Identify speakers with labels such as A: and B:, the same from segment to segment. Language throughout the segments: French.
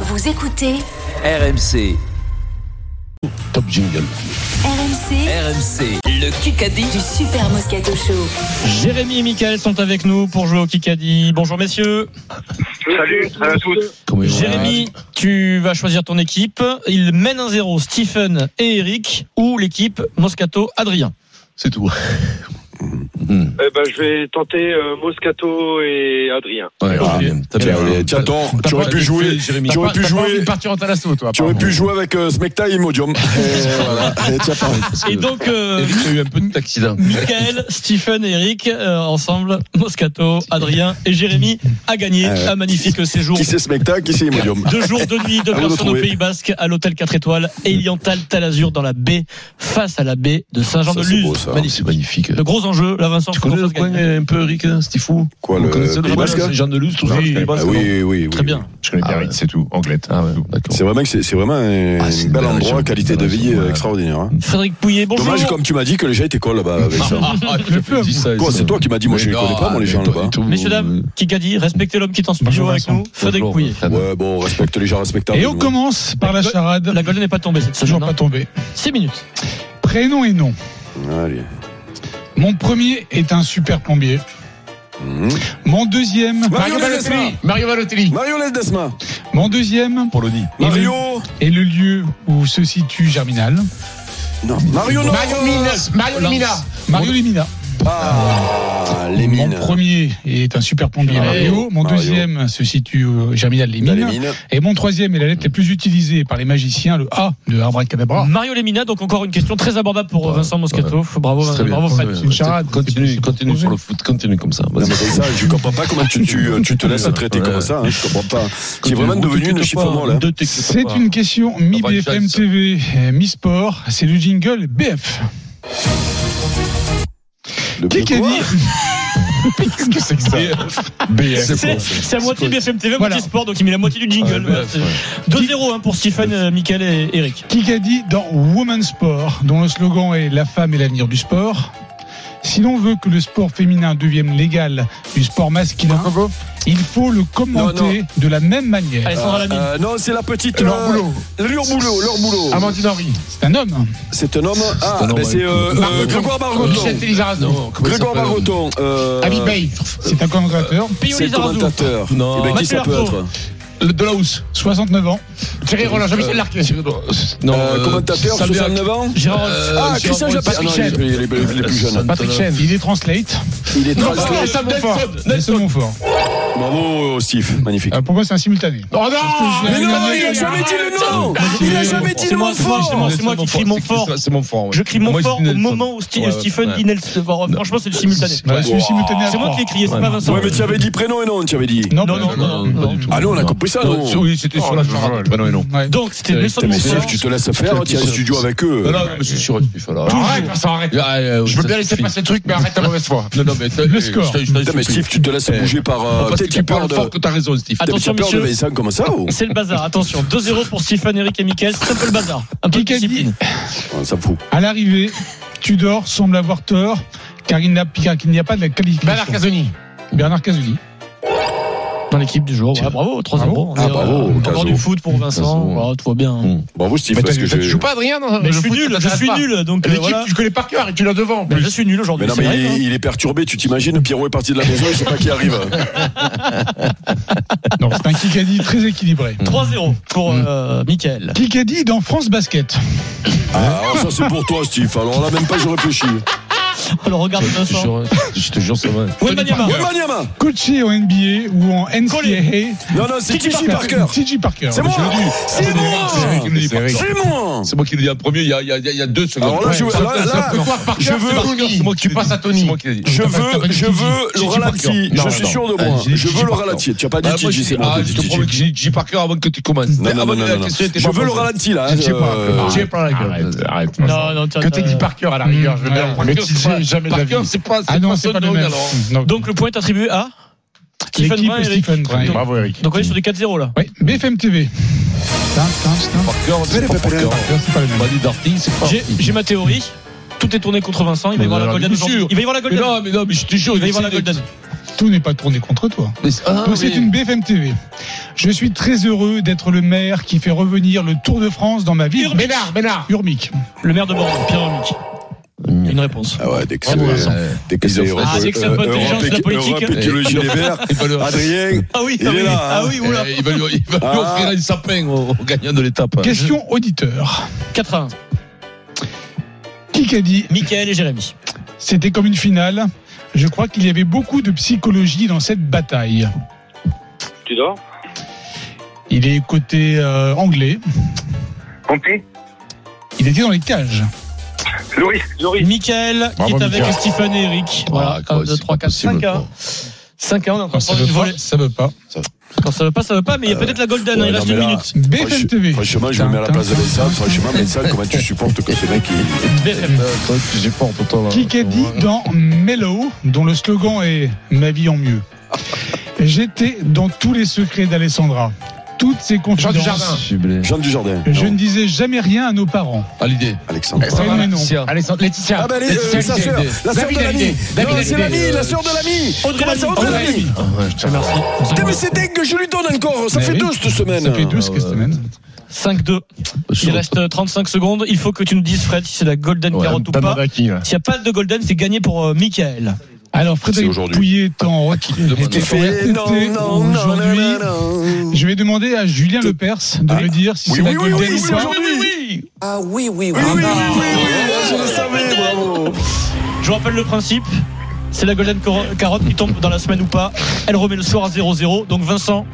A: Vous écoutez
B: RMC,
C: Top jingle.
A: RMC,
B: RMC, le Kikadi
A: du Super Moscato Show.
D: Jérémy et Mickaël sont avec nous pour jouer au Kikadi. Bonjour messieurs.
E: Salut, salut à tous.
C: Comment ils vont
D: Jérémy, tu vas choisir ton équipe. Ils mènent 1-0, Stephen et Eric, ou l'équipe Moscato Adrien.
C: C'est tout.
E: Eh ben, je vais tenter euh, Moscato et Adrien.
C: Ouais,
D: Ok.
C: ah, même. T'as
F: Tiens,
C: bien-
F: tiens,
C: t'as-
F: tort.
C: t'as
F: Tu aurais
C: pas
F: pu
C: fait,
F: jouer.
C: Jérémy.
F: Tu aurais pu jouer.
D: partir en talasso, toi.
F: Tu aurais pu jouer avec euh, Smecta et Modium. Et tiens, pas.
D: Et donc, euh,
C: Ah, Eric a eu un peu d'accident.
D: Mickaël, Stephen et Eric, euh, ensemble, Moscato, Adrien et Jérémy, a gagné
F: Euh,
D: un magnifique séjour.
F: Qui c'est Ah, Smecta, qui c'est Modium
D: Deux jours, deux nuits, deux
F: À vous de
D: personnes au
F: trouver.
D: Pays Basque, à l'hôtel 4 étoiles, Eliantal Talazur, dans la baie, face à la baie de
F: Ça,
D: Saint-Jean-de-Luz.
F: c'est beau, ça.
C: Ah, C'est magnifique.
D: Le gros enjeu, là, Vincent.
C: Tu
D: faut
C: connais
D: qu'on
C: le
D: fasse
C: coin
D: gagner.
C: euh, un peu, Eric, hein, Stifou
F: Quoi,
C: Vous
F: le
C: connaissez
F: Pays Basque
C: C'est Jean de Luz, tout ça Pays
F: Ah
C: Basque, non
F: Oui, oui, oui.
D: Très bien.
G: Je connais
C: Ah
G: Biarritz,
C: ouais.
G: c'est tout, Anglette.
C: Ah ouais, d'accord.
F: C'est vraiment, que c'est c'est vraiment un
C: Ah, c'est une
F: bel
C: belle région.
F: endroit, qualité de vie
C: Ouais.
F: euh, extraordinaire. hein.
D: Frédéric Pouillet, bonjour.
F: Dommage, comme tu m'as dit, que les gens étaient cols là-bas avec ça.
C: Ah, Dis ça,
F: Quoi,
C: ça.
F: c'est toi qui m'as dit, moi
C: Mais
F: je les
C: non,
F: connais pas, moi les gens
C: mais toi
F: là-bas.
C: et tout,
D: Messieurs,
C: euh,
D: dames, Kikadi, respectez l'homme qui est en studio
G: Bonjour,
D: avec
G: Vincent.
D: nous, Frédéric
C: bonjour,
D: Pouillet.
C: Fred.
F: Ouais, bon, respecte les gens respectables.
G: Et on
F: nous.
G: commence par la charade.
D: La Golden n'est pas tombée cette
G: Toujours
D: semaine.
G: pas tombé.
D: 6 minutes.
G: Prénom et nom.
F: Allez.
G: Mon premier est un super plombier.
F: Mhm.
G: Mon deuxième.
F: Mario Ledesma
G: Mario Balotelli.
F: Mario Ledesma
G: Mon deuxième
C: Polonie.
F: Mario
G: est le lieu où se situe Germinal.
F: Non, Mario Nova
G: Mario Lemina. Mario Lemina.
F: Ah, les
G: Mon
F: mines.
G: premier est un super plombier.
F: Mario.
G: Mario. Mon
F: Mario.
G: deuxième se situe au Germinal les
F: Dans les
G: mines.
F: mines.
G: Et mon troisième est la lettre la plus utilisée par les magiciens, le A de Abracadabra.
D: Mario Lemina, donc encore une question très abordable pour euh, Vincent Moscato. Bravo,
C: C'est très bien.
D: bravo Fred.
C: Ouais, ouais,
G: une charade.
C: Continue, continue
G: C'est
C: sur le foot, continue comme ça.
F: Non,
C: Vas-y.
F: mais comme ça, je comprends pas comment tu, tu, tu te laisses traiter
C: Ouais.
F: comme ça. Hein, je comprends pas. Qui
C: Continue.
F: est vraiment devenu une
C: T'inquiète
F: chiffre
C: pas,
F: mort, là.
C: deux t'inquiète
G: C'est
C: pas.
G: une question
C: Ah bah,
G: mi-BFM
C: Jack, ça.
G: TV, euh, mi-sport. C'est le jingle BF.
F: Le
G: Qui qu'a
F: quoi
G: dit Qu'est-ce que c'est que ça
C: BF.
D: C'est c'est à moitié BFM TV,
G: Voilà.
D: moitié sport, donc il met la moitié du jingle.
C: Ah, ouais,
D: Voilà, c'est 2-0 hein, pour Stephen, euh, Mickaël et Eric.
G: Qui a dit dans Women's Sport, dont le slogan est La femme est l'avenir du sport Si l'on veut que le sport féminin devienne légal du sport masculin, il faut le commenter
F: Non,
G: de la même manière.
D: Allez, Sandra Lamy.
F: Euh, non, c'est la petite.
G: Laure
F: euh,
G: Boulot.
F: Laure Boulot, Laure Boulot.
G: Henry. C'est un homme.
F: C'est un homme. Ah,
C: un homme
F: ben, c'est
C: avec-
F: euh, euh, Grégoire Bargoton.
C: Non, comment il s'appelle
F: Grégoire Bargoton. Euh,
G: C'est un commentateur.
D: Pio
F: C'est le
D: Lizarazu.
F: commentateur.
C: Non.
F: Eh ben, qui
D: Mathieu
F: ça peut
D: Lartaud.
F: être
C: De la housse.
G: 69 ans.
C: Thierry Roland, Jean-Michel Larquet. Non,
F: Euh, Commentateur,
C: Sabiac.
F: 69 ans
D: Gérard Holtz.
C: Euh,
F: Ah, Christian Japet. Ah, non, il est
C: Patrick
F: plus- il est plus- il est plus jeune.
C: Chen.
G: Il est translate.
F: Il est
C: Non,
F: trans-
C: pas- Nelson Montfort.
G: Nelson Ah, Montfort.
F: Bravo, Steve. Magnifique.
G: Euh, Pour moi, c'est un simultané.
C: Oh non
F: Mais non, il a jamais dit le nom Il a jamais dit
D: C'est
F: le
D: moi,
F: nom
D: c'est moi, c'est
F: fort
D: moi, c'est moi qui crie mon fort.
C: C'est mon fort. ouais.
D: Je crie mon
C: Moi, je
D: fort
C: dis
D: au
C: Nelson.
D: moment où Sti-
C: Ouais,
D: Stephen
C: ouais.
D: dit Nelson. Franchement, c'est du simultané.
G: Ouais, je suis simultané à
D: C'est moi
G: trois.
D: qui ai crié, c'est pas Vincent.
F: Ouais, mais tu avais dit prénom et nom, tu avais dit.
G: Non,
D: Non,
G: pas
D: non,
G: du tout.
D: non, non,
C: pas
D: non.
C: du tout.
F: Ah non, on a compris ça, non
C: Oui, c'était sur la charade. Bah non, mais non.
G: Ouais.
D: Donc, c'était Nelson
F: Putain, mais
D: Montfort.
F: Steve, tu te laisses faire, tu as le studio avec eux.
C: euh, Non, non, mais c'est sûr, Steve, alors.
D: Toujours.
C: Je veux bien laisser passer le truc, mais arrête ta mauvaise foi. Non, non, mais t'as-
G: Le score.
C: je t'ai- je t'ai-
F: Putain, mais Steve, tu te laisses
C: Eh.
F: bouger par.
C: Non,
F: euh,
C: Parce que
F: Peut-être
C: tu
F: tu parles
C: parles
F: de.
C: fort que t'as raison, Steve.
F: T'as-
D: Attention,
F: t'as peur de
D: messieurs.
F: Vincent comme ça oh. ou
D: C'est le bazar, attention. 2-0 pour Stephen, Eric et Mickaël. C'est un peu le bazar. Un peu de
G: Qui a dit
D: discipline.
F: On s'en Ah, fout.
G: À l'arrivée, Tudor semble avoir tort car il n'a car il n'y a pas de la qualification. Bernard Casoni. Bernard Casoni.
D: Dans l'équipe du jour. Oh, Ouais, bravo, 3-0.
G: Bravo.
D: On
F: Ah,
D: est,
F: bravo,
D: euh, Encore
F: Caso.
D: du foot pour Vincent.
C: Caso.
D: Voilà, tout va bien.
C: Mm.
F: Bravo, Steve, parce que je.
H: pas Adrien dans
D: Mais je suis nul, je suis nul. Donc, euh, voilà.
H: connais par cœur et tu l'as devant.
D: Mais je suis nul aujourd'hui.
F: Mais non,
D: c'est
F: mais
D: vrai,
F: il,
D: hein.
F: il est perturbé, tu t'imagines, Pierrot est parti de la maison, il sait pas qui arrive.
G: Non, c'est un Kikadi très équilibré.
D: 3-0 pour euh, Mickaël.
G: Kikadi dans France Basket.
F: Ah, alors ça c'est pour toi, Steve. Alors là, même pas, je réfléchis.
D: Alors, regarde
C: Je te
D: Vincent.
C: jure, Je te jure, ça va.
D: Wembanyama.
F: Wembanyama
G: Coaché en NBA ou en NCAA.
F: Non, non, c'est
D: Tiki
F: TJ Parker.
G: TJ Parker.
F: C'est moi C'est moi
C: C'est lui qui me dit Parker.
F: C'est moi
C: C'est moi qui l'ai dit en premier, il y a- il y a- il y a deux secondes.
F: Alors là, je veux- là, là, je veux-
C: moi qui passes à Tony.
F: Je veux, je veux
C: Titi
F: le
C: Parker.
F: ralenti.
C: Non,
F: Je suis
C: non.
F: sûr de
C: Ah,
F: moi.
C: j'ai dit
F: Je
C: Titi
F: veux le
C: Parker.
F: ralenti. Tu as pas dit
C: Ah, moi,
F: TJ,
C: je-
F: c'est
C: ah,
F: moi.
C: je te promets que j'ai J. Parker avant que tu commences.
F: Non, non,
C: Avant
F: non,
C: que la
F: non,
C: question était
F: Je
C: pas
F: veux le
C: posée.
F: ralenti là.
C: J.
F: euh,
C: Parker. J. Parker. Arrête,
D: Non, non, tiens, t'as-
H: Parker à
G: l'arrière, je veux bien le prendre.
H: Mais TJ, jamais de la vie.
C: Parker, c'est pas
G: Ah non, c'est
C: son
G: pas le
C: nom,
G: même.
C: alors.
G: Donc,
D: Donc, le point est attribué à Stephen
G: l'équipe
D: Brun,
G: et
D: Eric.
G: Stephen Brun.
D: Donc-
H: Bravo Eric.
D: Donc, on est sur des 4-0 là.
G: Oui, BFM TV. Tintin, tintin.
C: Parker, c'est pas Parker.
G: Parker, c'est pas le même.
C: Buddy Darty, c'est pas.
D: J'ai j'ai ma théorie. Tout est tourné contre Vincent. Il va y
H: Mais
D: voir la
H: alors,
D: Golden.
H: bien sûr.
D: aujourd'hui. Il va y voir la
H: Mais
D: Golden.
H: non, mais non, mais je te jure,
D: Il va y voir la
H: essaie de-
D: Golden.
G: Tout n'est pas tourné contre toi.
H: Mais- ah,
G: Donc c'est
H: mais-
G: une BFM TV. Je suis très heureux d'être le maire qui fait revenir le Tour de France dans ma ville.
H: Ménard, Ménard.
G: Urmic.
D: Le maire de Bordeaux, Pierre Henrique. Une réponse.
F: Ah ouais, dès que
H: Ah,
F: c'est
H: bon, Vincent.
F: euh, dès que
H: Ils
F: c'est
H: ont fait-
F: Europe,
D: Ah, dès que c'est un peu
F: euh,
D: intelligent,
F: Europe
D: c'est la
F: et-
D: politique.
F: Europe et que le gilet vert,
H: Il va le-
F: Adrien,
D: Ah oui,
F: Il
D: ah
F: est
D: oui,
F: là,
D: ah
F: hein.
D: oui, oula.
H: Eh, il va lui, il va lui
F: Ah.
H: offrir un sapin au, au gagnant de l'étape.
G: Question Bah, auditeur.
D: 4-1.
G: Qui qu'a dit
D: Michael et Jérémy.
G: C'était comme une finale. Je crois qu'il y avait beaucoup de psychologie dans cette bataille.
E: Tu dors
G: Il est côté euh, anglais.
E: Compris
G: Il était dans les cages.
E: Laurie, Laurie.
D: Michael qui
H: Bravo,
D: est avec
H: Michael.
D: Stephen et Eric.
H: Ah,
D: Voilà,
H: quoi,
D: 1, 2,
H: c'est
D: 3,
H: pas
D: 4, 5
H: possible,
D: A.
H: quoi.
D: 5 A, hein. on est en train de
G: Ça
D: prendre
G: veut
D: une
G: pas.
D: volée.
G: Ça veut pas.
D: Quand ça veut pas, ça veut pas, mais il y a peut-être la Golden, hein,
F: Euh, ouais,
D: il
F: non,
D: reste
F: mais
D: une
F: là-
D: minute.
G: BFM TV.
F: Franchement, je me mets à la place de Vincent. Franchement, Vincent, comment tu supportes que ce mec il...
D: BFM.
G: Qui qu'a dit dans Mellow, dont le slogan est Ma vie en mieux. J'étais dans tous les secrets d'Alessandra. Toutes ses
H: Jean du
G: confidences.
H: Jardin.
F: Jean Dujardin.
G: Je
F: Non,
G: ne disais jamais rien à nos parents.
H: À l'idée.
F: Alexandre.
G: va,
H: va,
G: Manon.
H: Laetitia. Alexandre- Laetitia.
F: Ah ben, les, euh,
H: Laetitia
F: sa sœur,
H: Hallyday.
F: la sœur de
H: David
F: l'ami.
H: Hallyday.
F: Non,
H: David
F: c'est
H: Hallyday.
F: l'ami, la sœur de l'ami.
D: Audrey
F: Comment ça,
D: Lamy. Audrey
F: Audrey Lamy
D: Merci.
F: Putain, mais c'est dingue, je lui donne encore. Ça
G: Mais
F: fait
G: oui.
F: deux cette semaine. Euh,
G: Ça fait deux cette semaine.
D: 5-2. Il reste 35 secondes. Il faut que tu nous dises, Fred, si c'est la Golden carotte ou pas. S'il n'y a pas de Golden, c'est gagné pour euh, Michael.
G: Alors, Frédéric
F: aujourd'hui.
G: Pouillet est en
F: Il fait non, non, non,
G: aujourd'hui.
F: non, non, non. Ah,
G: Je vais demander à Julien Lepers de me dire si
F: Oui,
G: c'est la
F: oui, oui,
G: Golden
F: oui,
G: ou
F: oui,
G: pas.
F: aujourd'hui.
D: oui.
F: Oui, oui, oui, oui, oui, oui, je le savais, bravo.
D: Je vous rappelle le principe. C'est la Golden caro- Carotte qui tombe dans la semaine ou pas. Elle remet le soir à 0-0. Donc Vincent,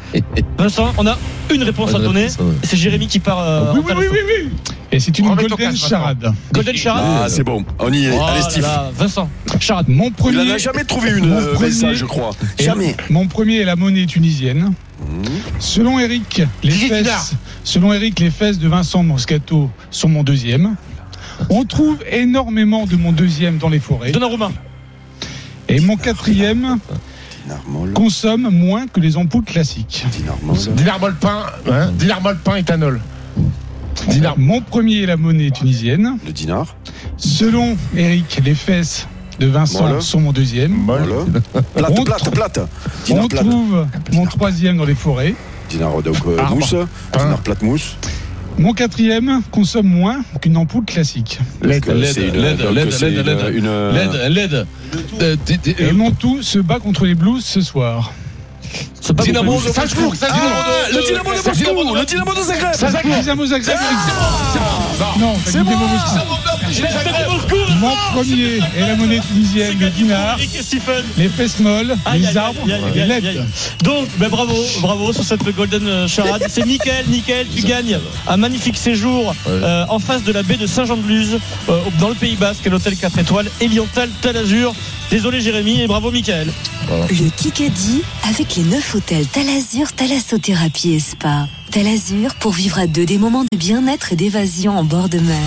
D: Vincent, on a une réponse à
H: Une
D: donner.
H: réponse, ouais.
D: C'est Jérémy qui part. euh,
G: Oui,
D: en
G: oui, oui,
D: talent.
G: oui, oui. Et c'est une
H: Remets ton
G: Golden
H: casque,
G: charade.
D: Golden Charade.
F: Ah, c'est bon, on y est.
D: Oh
F: Allez,
D: là
F: Steve.
D: là, Vincent, Charade.
G: Mon
F: Il n'en
G: premier,
F: a jamais trouvé une,
G: Mon
F: euh,
G: premier-
F: Vincent, je crois.
G: Et-
F: Jamais. Mmh.
G: mon premier est la monnaie tunisienne. Selon Eric, les
D: Gigi Dillard.
G: fesses, selon Eric, les fesses de Vincent Moscato sont mon deuxième. On trouve énormément de mon deuxième dans les forêts.
D: Donnarumma.
G: Et mon quatrième
F: Narmol,
G: consomme moins que les ampoules classiques.
F: Dinarmol.
H: Dinar Molpin, hein, Dinar Molpin, éthanol. Dinar.
G: Mon premier est la monnaie tunisienne.
F: Le dinar.
G: Selon Eric, les fesses de Vincent
F: Voilà.
G: sont mon deuxième.
F: Voilà. Plate,
G: On
F: plate,
G: trouve-
F: plate.
G: On
F: Dinar plate.
G: trouve mon troisième dans les forêts.
F: Dinar donc euh,
H: Arbre. Hein.
F: mousse. Dinar plate mousse.
G: Mon quatrième consomme moins qu'une ampoule classique.
H: L'aide,
F: Que
H: l'aide,
F: c'est une-
H: l'aide,
F: donc,
H: l'aide,
F: c'est
H: l'aide,
F: une-
H: l'aide.
F: une, euh,
H: L'aide, l'aide. Euh, di- di-
G: Et mon tout se bat contre les blues ce soir.
D: C'est pas
H: Dynamo
D: beaucoup.
H: de Salzbourg,
F: Ah, le Dynamo de Moscou, le Dynamo de Zagreb.
G: Dynamo Zagreb. Non, t'as dit des mauvais mots. Ah, Mon premier est la monnaie tunisienne, le dinar,
D: Eric et Stephen.
G: les fesses molles,
D: Aïe,
G: les
D: aïe,
G: arbres,
D: aïe, aïe, aïe,
G: les
D: aïe, aïe.
G: lettres.
D: Donc, ben bravo, bravo sur cette Golden euh, Charade. C'est nickel, nickel. Tu gagnes un magnifique séjour euh, en face de la baie de Saint-Jean-de-Luz, euh, dans le Pays Basque, l'hôtel 4 étoiles, Eliantal Talazur. Désolé, Jérémy, et bravo, Michael.
A: Le Kikadi avec les 9 hôtels Talazur, Thalassothérapie et Spa. Talazur pour vivre à deux des moments de bien-être et d'évasion en bord de mer.